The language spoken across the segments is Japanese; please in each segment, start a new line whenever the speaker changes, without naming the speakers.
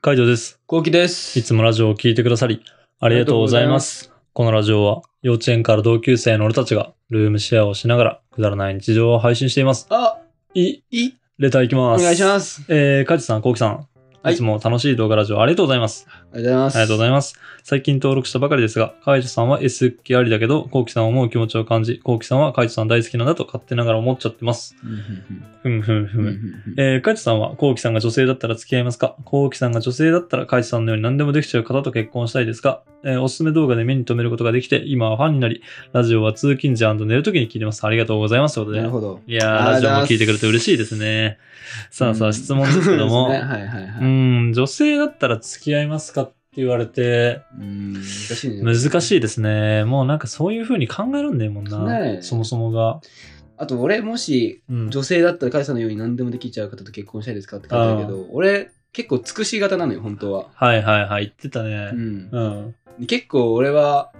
カイドウです。
こうきです。
いつもラジオを聞いてくださり、ありがとうございます。このラジオは、幼稚園から同級生の俺たちが、ルームシェアをしながら、くだらない日常を配信しています。
あ、
い、
い、
レターいき
お
ます。。
願いしますす。
えー、カイドウさん、コウキさん。
はい
いつも楽しい動画ラジオありがとうございます。
ありがとうございま
ありがとうございます。最近登録したばかりですが、カイドウさんは S 級ありだけど、コウキさんを思う気持ちを感じ、コウキさんはカイドウさん大好きなんだと勝手ながら思っちゃってます。ふむふむふむ。
す。
えー、カイトさんは、コウキさんが女性だったら付き合いますかコウキさんが女性だったら、カイトさんのように何でもできちゃう方と結婚したいですかえーおすすめ動画で目に留めることができて、今はファンになり、ラジオは通勤時寝るときに聞いてます。ありがとうございます。ということで。
なるほど。
いやー、
あ
ラジオ
りがとうございます
も聞いてくれて嬉しいですね。さあさ
う
あ、
ん
質問ですけど も、う
そうですねはいはいはい。
ん、女性だったら付き合いますかって言われて、
うん難しいね。
難し
い。
いですね。もうなんかそういう風に考えらんねえもん
考えられな
な。
い
そもそもが。
あと、俺、もし、
うん。
女性だったら、カイさんのように何でもできちゃう方と結婚したいですかって書いてあるけど、俺、結構、尽くし型なのよ、本当は。
はいはいはい、言ってた
う
ね。
ん
う。ん。
結構、俺は、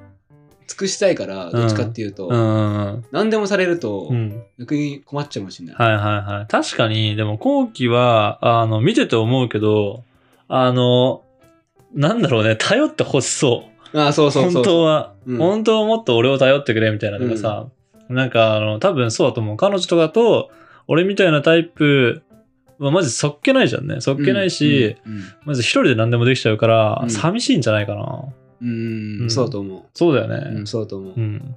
尽くしたいから、どっちかっていう
う
と、
ん。
何でもされると
う、ん。
逆に困っちゃうかもしれない。
はいはいはい。確かに、でも後期は、あの、見てて思うけど、あの、なんだろうね、頼ってほしそう。
あ、そうそうそう。
本当は、
うん
本当はもっと俺を頼ってくれみたいなのがさ、なんかあの、多分そうだと思う。彼女とかと、俺みたいなタイプはマジそっけないじゃんね。そっけないし、
うん、うん
まず一人で何でもできちゃうから
う、ん
寂しいんじゃないかな。
うん、
う
うんん、そうだと思
そうだよ
う。う
ね
ん、。そうだと思う
うん。。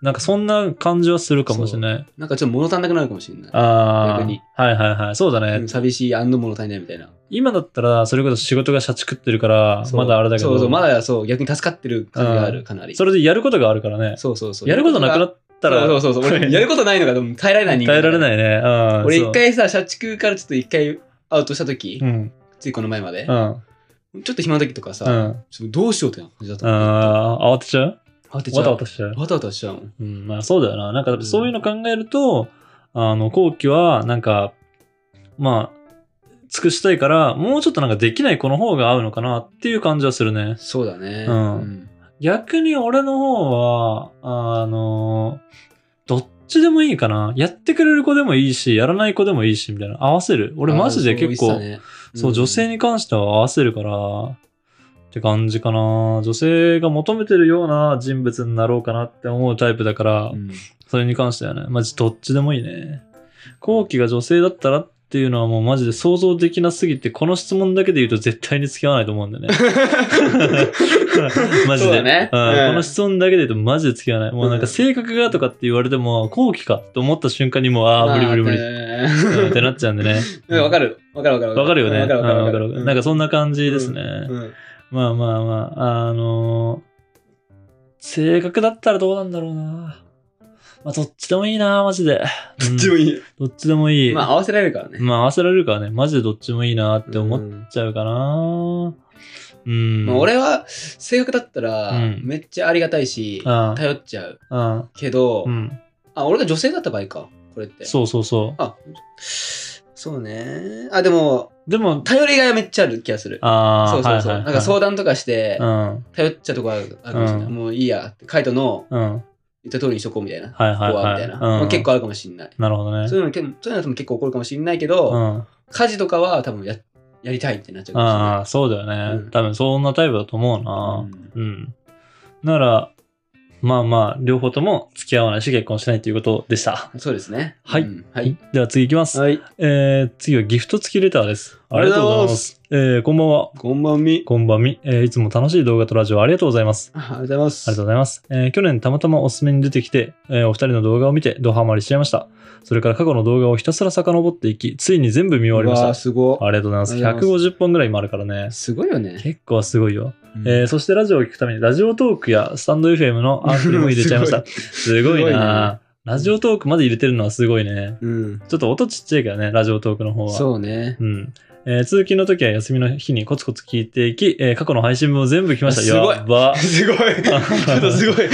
なんかそんな感じはするかもしれない。
なんかちょっと物足んなくなるかもしれない。
あ
逆に
あ。はいはいはい。そうだね。
うん寂しい、あんの物足りないみたいな。
今だったら、それこそ仕事が社畜ってるから、
そう
まだあれだけど、
そうそう、まだそう、逆に助かってる感じがあ
うん
る、かなり。
それでやることがあるからね。
そうそうそう。
やることなくな
っ
ったら、
そうそうそう。 俺、やることないのがでも耐えられない人
耐えられ
い。
ないね。うん、
俺、
そう
一、回さ、社畜からちょっと一回アウトした時
うん、
ついこの前まで
う、ん、
ちょっと暇な時とか
う
さ、
ん。
ちょっとどうしようって感じだったの。
あー慌てちゃう
慌てちゃ
わ
う。
たわたしちゃう。
わたわたしちゃうもん。
うん、まあそうだよな。なんか
ん
そういうの考えると、あの、後期は、なんか、まあ、尽くしたいから、もうちょっとなんかできない子の方が合うのかなっていう感じはするね。
そうだね。
うん
ん。
逆に俺の方は、あの、どっちでもいいかな。やってくれる子でもいいし、やらない子でもいいし、みたいな。合わせる。俺マジで結構、
あ
そう,、
ーそう多いっすね
女性に関しては合わせるから、って感じかな。女性が求めてるような人物になろうかなって思うタイプだから、
うん
それに関してはね、マジどっちでもいいね。後期が女性だったらっていうのはもうマジで想像できなすぎて、この質問だけで言うと絶対に付き合わないと思うんだよね。 マジ
そう
で、
だね
うん
うん
この質問だけで言うとマジで付き合わない。もうなんか性格がとかって言われても、後期かって思った瞬間にもう、 ああ、無理無 理無理、うんってなっちゃうんでね。
うんわかる。わかるわかる。
わかるよね。
わかるわ
うんわかるわ
かるわか
か
る。
るなんかそんな感じですね。
うん
まあまあまあ、あのー性格だったらどうなんだろうな。まあどっちでもいいな、マジで。うん
どっちもい
どっちでもい
い。
い。
まあ合わせられるからね。
まあ合わせられるからね、マジでどっちもいいなって思っ
うん
ちゃうかな。うん。
まあ、俺は性格だったら
うん
めっちゃありがたいし、
あ
頼っちゃう
あ、
けど、
うん。
あ俺が女性だった場合かこれって
そうそうそ
あそうねあでも
う。でも、
頼りがいめっちゃある気がする
ああ、
そうそうそう、
はいはいはい
なんか相談とかして
うん。
頼っちゃうとこあるあるかもしれない、
うん
もういいやってカイトの
うん。
言った通りにしとこうみたいな、こ
はいはいう
は
は
み
い。
たいな、
うん
まあ、結構あるかもしれない、
なるほどね。
そういうのけそういうのも結構怒るかもしれないけ
う
ど、
ん。
家事とかは多分ややりたいってなっちゃうかもしれない
ああ、そうだよ
う
ね
ん。
多分そんなタイプだと思うな。
うん
うん。なら、まあまあ、両方とも付き合わないし結婚しないということでした。
そうですね
はい
うんはい、
では次いきます。
はい、
えー、次はギフト付きレターです。あ
あ
り
り
がと
がと
う
う
ござい
ござい
ま。
ます
えー、こんばんは。
こんばんみ
こんばんみ。えー、いつも楽しい動画とラジオありがとうございます。
あありがとうございます
ありがとうございます。えー去年たまたまおすすめに出てきて、えーお二人の動画を見てドハマりしちゃいました。それから過去の動画をひたすら遡っていき、ついに全部見終わりま
うわあ
した。
すご
ありがとうございます。
ありがとうご
150本ぐらいもあるからね
い。すごいよね、
結構すごいよ、
うん
えーそしてラジオを聞くためにラジオトークやスタンド FM のアプリも入れちゃいました。すごい
すごい
な
ね
ラジオトークまで入れてるのはすごいね。
うん
ちょっと音ちっちゃいからね、ラジオトークの方は。
そうね
うん。えー通勤の時は休みの日にコツコツ聞いていき、えー過去の配信分を全部聞きました。
すごい。
やっば
す ごいちょっとすごい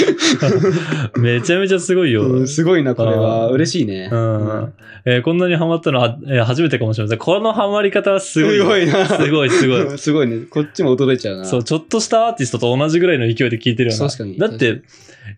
めちゃめちゃすごいよ。
うんすごいなこれは
うん
嬉しいね
うんえーこんなにハマったのは、えー初めてかもしれません。このハマり方はす
す
ごいよ。
ごいな
すごいすごい
すごいねこっちも驚いちゃうな
そう、ちょっとしたアーティストと同じぐらいの勢いで聴いてるよな。
確かに
だって、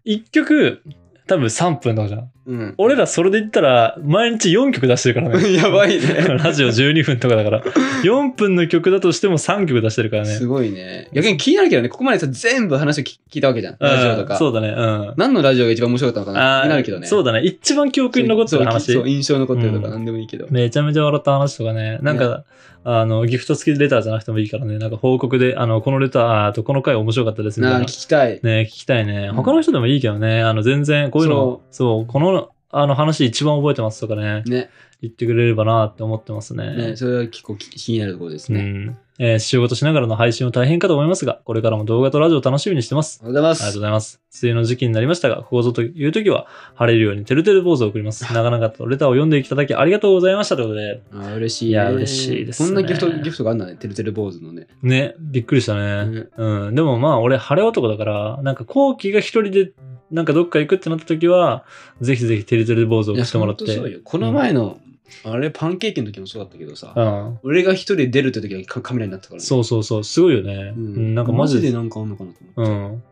一曲、多分3分とかじゃん。
うん。
俺らそれで言ったら、毎日4曲出してるから ね。
やばいね。
ラジオ12分とかだから。4分の曲だとしても3曲出してるからね。
すごいね。逆に気になるけどね、ここまでさ、全部話を聞聞いたわけじゃん。ラジオと
うん
か。
そうだね。うん。
何のラジオが一番面白かったのか
あ
な気
ー
になるけどね。
そうだね。一番記憶に残ってる話。
そうそう印象に残ってるとか
うん
何でもいいけど。
めちゃめちゃ笑った話とかね、なんか、あの、ギフト付きレターじゃなくてもいいからね、なんか報告で、あの、このレターあーと、この回面白かったですみた
ないあ、
な
聞。きたい。
ね、聞きたいね。
うん
他の人でもいいけどね、あの、全然こういうの、そう、この、あの話一番覚えてますとかね、
ね。
言ってくれればなって思ってますね。
ね、それは結構き気になるところです
う
ね。
ん。えー仕事しながらの配信も大変かと思いますが、これからも動画とラジオを楽しみにしてます。
ありがとうご
あり
ざい
がとう
ます
ご。ざいます。梅雨の時期になりましたが、ここぞという時は、晴れるようにてるてる坊主を送り ます。長々とレターを読んでいただきありがとうございましたということで、
あー嬉しい、ね。
いや嬉しいですね
こんなギフト、ギフトがあんだね。てるてる坊主のね。
ね、びっくりしたね。
ね
うん。でもまあ、俺、晴れ男だから、なんか、後期が一人で、なんかどっか行くってなった時は、ぜひぜひ、てるてる坊主を
い
送
や、
ってもらっ
ほんと
て。
そうよ。この前の、あれ、パンケーキの時もそうだったけどさ、
うん。
俺が一人で出るって時はカカメラになったからね。
そうそうそう、すごいよね。う、
うんん。
なんかマジで。
でなんかあんのかなと思って。
うん。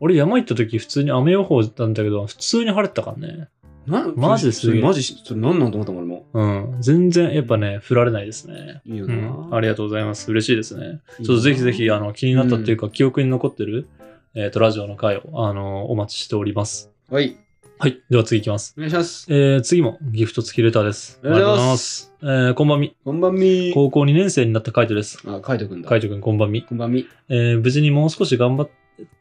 俺、山行った時、普通に雨予報だったんだけど、普通に晴れてたからね。
な
マジですげえ
それマジし、それ何なんと思ったもん、俺も。
うん。全然、やっぱね、振られないですね。
いいよ
う
な、
ん。ありがとうございます。嬉しいですね。
いいな
ちょっとぜひぜひ、あの、気になったっていうか、記憶に残ってる、えっ、と、ラジオの回を、あの、お待ちしております。
はい。
はい。では次行きます。
お願いします。
えー次もギフト付きレターです。。
ありがとうございます
えーこんばんみ。
こんばんみ。
高校2年生になったカイトです。
あ、カイトくんだ。
カイトくんこんばんみ。
こんばんみ。
えー無事にもう少し頑張っ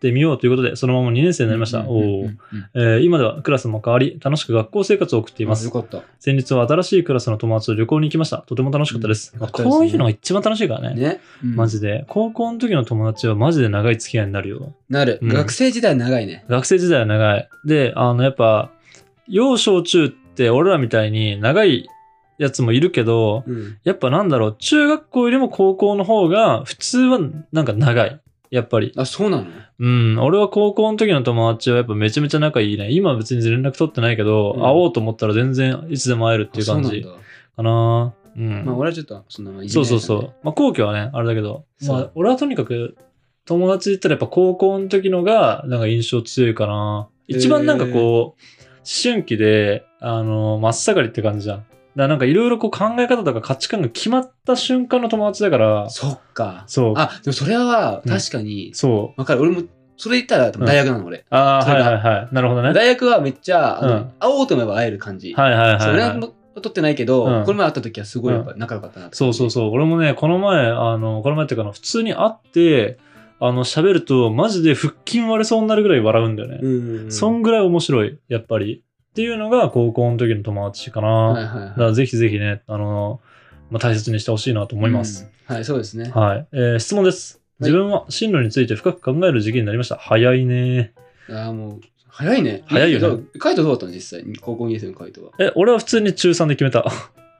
てみようということで、そのまま2年生になりました。
うん
お
うんう
ー
んうん
えー今ではクラスも変わり、楽しく学校生活を送っていま
あよ
す。
かった。
先日は新しいクラスの友達と旅行に行きました。とても楽しかったです。
うん
まあ
よかったですね
こういうのが一番楽しいからね。
ね。うん
マジで。高校の時の友達はマジで長い付き合いになるよ。
なる。
うん
学生時代長いね。
学生時代は長い。で、あの、やっぱ、幼少中って俺らみたいに長いやつもいるけど、
うん。
やっぱなんだろう、中学校よりも高校の方が普通はなんか長い。やっぱり。
あ、そうなの
うん。俺は高校の時の友達はやっぱめちゃめちゃ仲いいね。今別に連絡取ってないけど、
うん
会おうと思ったら全然いつでも会えるっていう感
あそう
じ
なんだ。
かな。うん。
まあ、俺はちょっと、そんな、まあいじ
そ
め
う
られた
そ
ん
う
で
そう。まあ、後期はね、あれだけど、
そう
まあ、俺はとにかく、友達で言ったらやっぱ高校の時のが、なんか印象強いかな。一番なんかこう、思春期で、あの、真っ盛りって感じじゃん。だからなんかいろいろこう考え方とか価値観が決まった瞬間の友達だから、
そっか。
そう。
あ、でもそれは
うん
確かに、
そう。
わかる。俺も、それ言ったら多分大学なの、俺。
ああ、
そ
は
れ
い
が
はいはい。なるほどね。はい
大学はめっちゃ、あの
うん
会おうと思えば会える感じ。
はいはい、
そう俺は
はい。
も撮ってないけど、
うん
この前会った時はすごいやっぱ仲良かったなって
そうそうそう。俺もね、この前、あの、この前っていうかな、普通に会って、あの、喋ると、マジで腹筋割れそうになるぐらい笑うんだよね。
うんうん。
そんぐらい面白い、やっぱり。っていうのが高校の時の友達かな。
はい
だ
はいはい
からぜひぜひね、あの、まあ、大切にしてほしいなと思います。。
うんはい、そうですね。
はい、えー質問です。
はい
自分は進路について深く考える時期になりました。早いね。
ああ、もう、早いね。
早いよね
ね。カイトどうだったの実際に、高校2年生のカイトは。
え、俺は普通に中3で決 めた。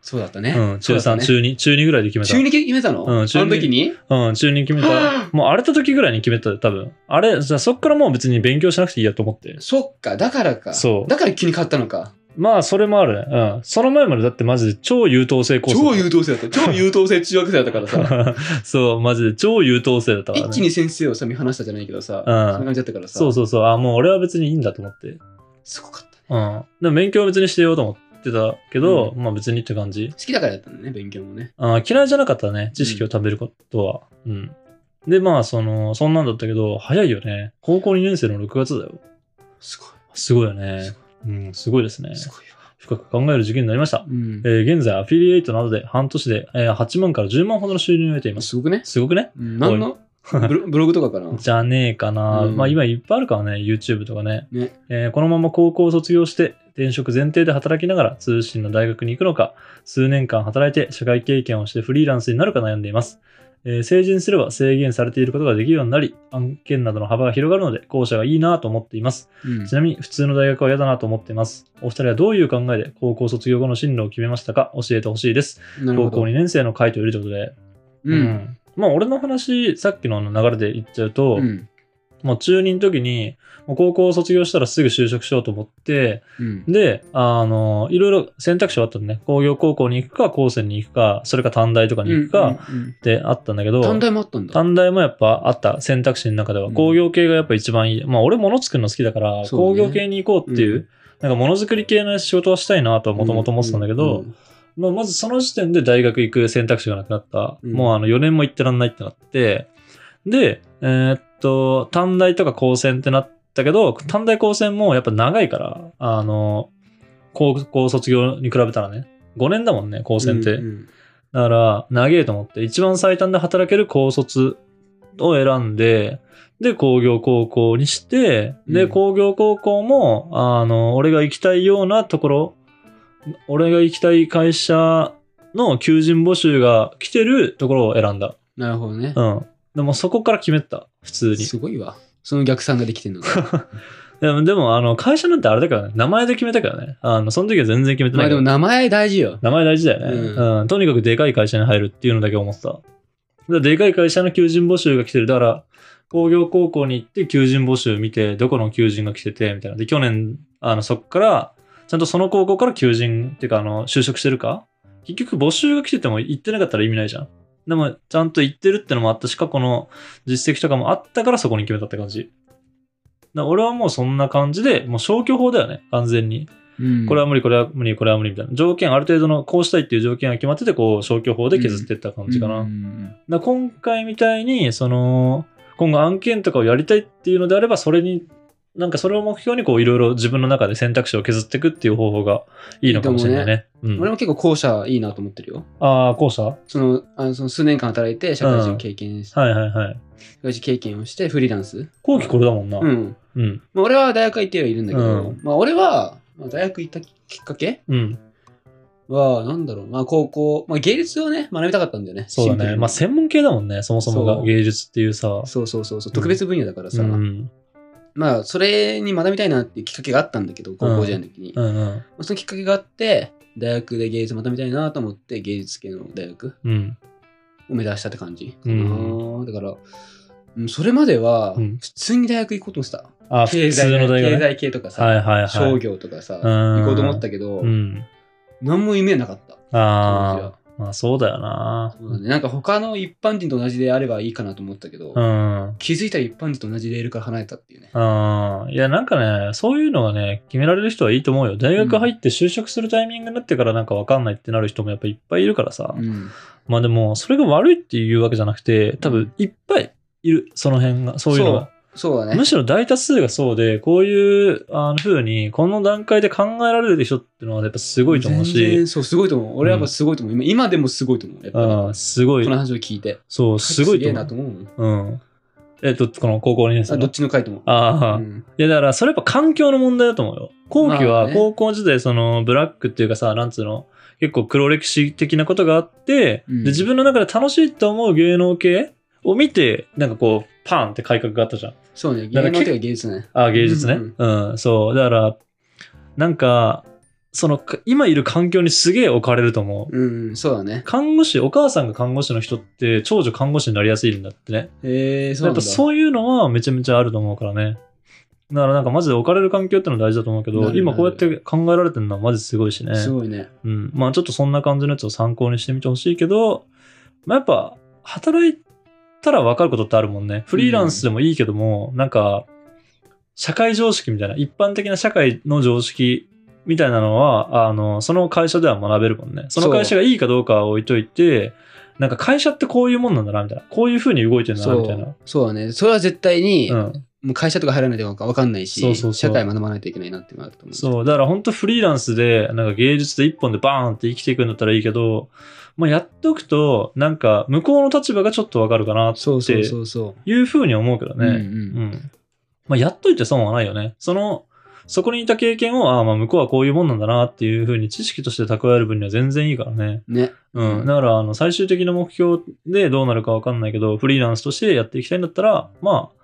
そうだった
う
ね。
ん、中
そうだ
3、
ったね
中2、中2ぐらいで決めた。
中2決めたの
うん中二
あの時に
うん、中2決めた。もう荒れた時ぐらいに決めたで、多分。あれ、じゃあそっからもう別に勉強しなくていいやと思って。
そっか、だからか。
そう
だから急に変わったのか。
まあ、それもあるね。うん。その前までだってマジで超優等生コース。
超優等生だ った。超優等生中学生だったからさ。
そう、マジで超優等生だったから、ね。
一気に先生をさ、見放したじゃないけどさ、
うん
そんな感じだったからさ。
そうそうそう。あ、もう俺は別にいいんだと思って。うん。
すごかったね。
でも勉強は別にしてようと思ってたけど、まあ別にって感じ。
好きだからやったんだね、勉強もね。
あ嫌いじゃなかったね。知識を食べることは。うん。で、まあ、その、そんなんだったけど、早いよね。高校2年生の6月だよ。
すごい。
すごいよね
す。
うん、すごいですね。
すごいわ。
深く考える時期になりました。
うん
え。ー現在、アフィリエイトなどで半年で、えー8万から10万ほどの収入を得ています。
すごくね。
すごくね
うん 何のブロブログとかかな
じゃねえかな、
うん
まあ今いっぱいあるからね、YouTube とかね。
ね
えーこのまま高校を卒業して、転職前提で働きながら通信の大学に行くのか、数年間働いて社会経験をしてフリーランスになるか悩んでいます。えー成人すれば制限されていることができるようになり、案件などの幅が広がるので、後者がいいなと思っています。
うん
ちなみに、普通の大学は嫌だなと思っています。お二人はどういう考えで高校卒業後の進路を決めましたか教えてほしいです。
なる
高
ほ
校
ど。
2年生の回ということで、
う。
うんんまあ俺の話、さっきのあの流れで言っちゃうと、
うん。
もう中2の時に、もう高校を卒業したらすぐ就職しようと思って、
うん。
で、あの、いろいろ選択肢はあったのね。工業高校に行くか、高専に行くか、それか短大とかに行くか、
うんうんうん
ってあったんだけど、
短大もあったんだ。
短大もやっぱあった、選択肢の中では。
うん
工業系がやっぱ一番いい。まあ俺、もの作るの好きだから、
そうね
工業系に行こうっていうなんかものづくり系の仕事はしたいなとはもともと思ってたんだけど、
うん
まあ、まずその時点で大学行く選択肢がなくなった。
うん
もうあの4年も行ってらんないってなって、で、えーっと、短大とか高専ってなったけど、短大高専もやっぱ長いから、あの、高校卒業に比べたらね、5年だもんね、高専って。
うんうん
だから、長えと思って、一番最短で働ける高卒を選んで、で、工業高校にして、で、
うん
工業高校も、あの、俺が行きたいようなところ、俺が行きたい会社の求人募集が来てるところを選んだ。
なるほどね。
うん。でもそこから決めた、普通に。
すごいわ。その逆算ができてる のが。
でも、でもあの、会社なんてあれだからね、名前で決めたからね。あの、その時は全然決めてな
ま
いけ
あで
ど
も名前大事よ。
名前大事だよね、う。
うん
とにかくでかい会社に入るっていうのだけ思ってた。ででかい会社の求人募集が来てる。だから、工業高校に行って求人募集見て、どこの求人が来てて、みたいな。で、去年、あの、そっから、ちゃんとその高校から求人っていうか、あの、就職してるか結局募集が来てても行ってなかったら意味ないじゃん。でも、ちゃんと行ってるってのもあったし、過去の実績とかもあったからそこに決めたって感じ。だから俺はもうそんな感じで、もう消去法だよね、完全に。
うん
これは無理、これは無理、これは無理みたいな。条件、ある程度のこうしたいっていう条件が決まってて、こう、消去法で削っていった感じかな。
うんう
だか
んうん
ら今回みたいに、その、今後案件とかをやりたいっていうのであれば、それに、なんかそれを目標に、こう、いろいろ自分の中で選択肢を削っていくっていう方法がいいのかもしれないね。うん
俺も結構後者いいなと思ってるよ。
ああ、後者は
そのあのその数年間働いて社会人経験し、
いはいはい。
社会人経験をしてフリーランス。
後期これだもんな。
う
うん。
ん。
うん。
まあ、俺は大学行ってはいるんだけど、
う
まあ俺はまあ大学行ったきっかけは、なんだろう、まあ高校、まあ芸術をね、学びたかったんだよね。
そう
シンプ
だ
ル
ね。
に
まあ、専門系だもんね、そもそも
そ
が。
う
芸術っていうさ。
そうそうそうそう、
ん
特別分野だからさ、
うん。
まあそれに学びたいなっていうきっかけがあったんだけど、高校時代の時に。
う
ま
んうん。
あそのきっかけがあって、大学で芸術学びたいなと思って、芸術系の大学
うん。
を目指したって感じ
う
かな。だから、うんそれまでは、
うん
普通に大学行こうと思ってた。
あ、
経
普
済
通の大学ね。
経済系とかさ、
はいはいはい。
商業とかさ、
うん
行こうと思ったけど、
うん。
何も夢なかった。当時
あ
は
あ、まあそうだよな。
そうだねなんか他の一般人と同じであればいいかなと思ったけど、
うん。うん
気づいたら一般人と同じレールから離れたっていうね。
いや、なんかね、そういうのがね、決められる人はいいと思うよ。大学入って就職するタイミングになってからなんかわかんないってなる人もやっぱいっぱいいるからさ。
うん
まあでも、それが悪いっていうわけじゃなくて、多分いっぱいいる、その辺が、そういうのが。
そうだね
む。しろ大多数がそうで、こういうあの風に、この段階で考えられる人っていうのはやっぱすごいと思う
全
し、
然そう、すごいと思う。俺はやっぱすごいと思う。今今でもすごいと思う。やっぱ
うん、すごい
この、話を聞いて。
そう、すごいと
げえ
思
な
う
と。思うもん。
うん。えっと、この高校2年生
あ
の
どっちの回とも。
ああ、
うん
いやだからそれやっぱ環境の問題だと思うよ。後期
まあ
は
ね
高校時代そのブラックっていうかさ、なんつうの、結構黒歴史的なことがあって、
うん
で自分の中で楽しいと思う芸能系を見て、なんかこう、パーンって改革があったじゃん。
そうね。
だから
芸能というか芸術ね。
ああ、芸術ね、
うん
うん。そう。だから、なんか、その、か今いる環境にすげえ置かれると思う。
うん、そうだね。
看護師、お母さんが看護師の人って、長女看護師になりやすいんだってね。
えー、そう
や
な
っ
んだ。
ぱそういうのはめちゃめちゃあると思うからね。だからなんかマジで置かれる環境ってのは大事だと思うけ
な
ど、
る
今こうやって考えられてるのはマジすごいしね。
すごいね。
うん。まあちょっとそんな感じのやつを参考にしてみてほしいけど、まあやっぱ働いたら分かることってあるもんね。フリーランスでもいいけども、なんか、社会常識みたいな、一般的な社会の常識みたいなのは、あの、その会社では学べるもんね。その会社がいいかどうかは置いといて、なんか会社ってこういうもんなんだな、みたいな。こういう風に動いてるんだな、
そ
みたいな
う。そうだね。それは絶対に、
うん。
もう会社とか入らないとわかんないし
そうそうそう
社会学ばないといけないなっていうのがあると思う。
そう、だから本当フリーランスで、なんか芸術で一本でバーンって生きていくんだったらいいけど、まあ、やっておくと、なんか向こうの立場がちょっとわかるかなっ
そうそうそ
て
うそ
いうふうに思うけど
う。うんう
ね。うん
ん
まあ、やっといて損はないよね。その、そこにいた経験を、ああ、まあ向こうはこういうもんなんだなっていうふうに知識として蓄える分には全然いいからね。
ね。
う。
うんん
だから、あの、最終的な目標でどうなるかわかんないけど、フリーランスとしてやっていきたいんだったら、まあ、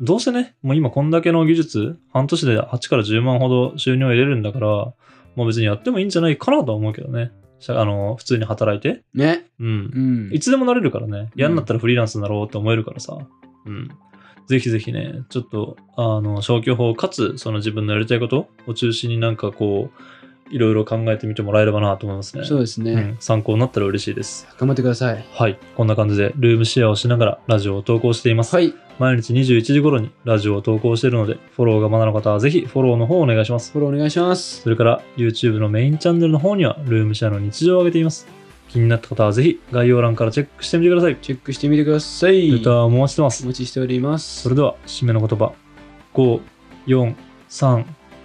どうせね、もう今こんだけの技術、半年で8から10万ほど収入を得れるんだから、もう別にやってもいいんじゃないかなとは思うけどね。しゃあの、普通に働いて。
ね。
うん
う。ん
い。つでもなれるからね。嫌になったらフリーランスになろうって思えるからさ。うん。ぜひぜひね、ちょっと、あの、消去法かつ、その自分のやりたいことを中心になんかこう、いろいろ考えてみてもらえればなと思いますね。
そうですね、
うん、参考になったら嬉しいです。
頑張ってください。
はい。こんな感じで、ルームシェアをしながらラジオを投稿しています。
はい。
毎日21時頃にラジオを投稿しているので、フォローがまだの方はぜひフォローの方をお願いします。
フォローお願いします。
それから YouTube のメインチャンネルの方にはルームシェアの日常を上げています。気になった方はぜひ概要欄からチェックしてみてください。
チェックしてみてください。
レター
お
をお待ちしてます。
待ちしております。
それでは、締めの言葉。5、4、3、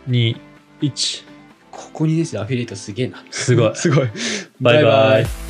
2、1。
ここにですね、アフィリエイトすげえな。。
すごい
すごい。
バイバイ。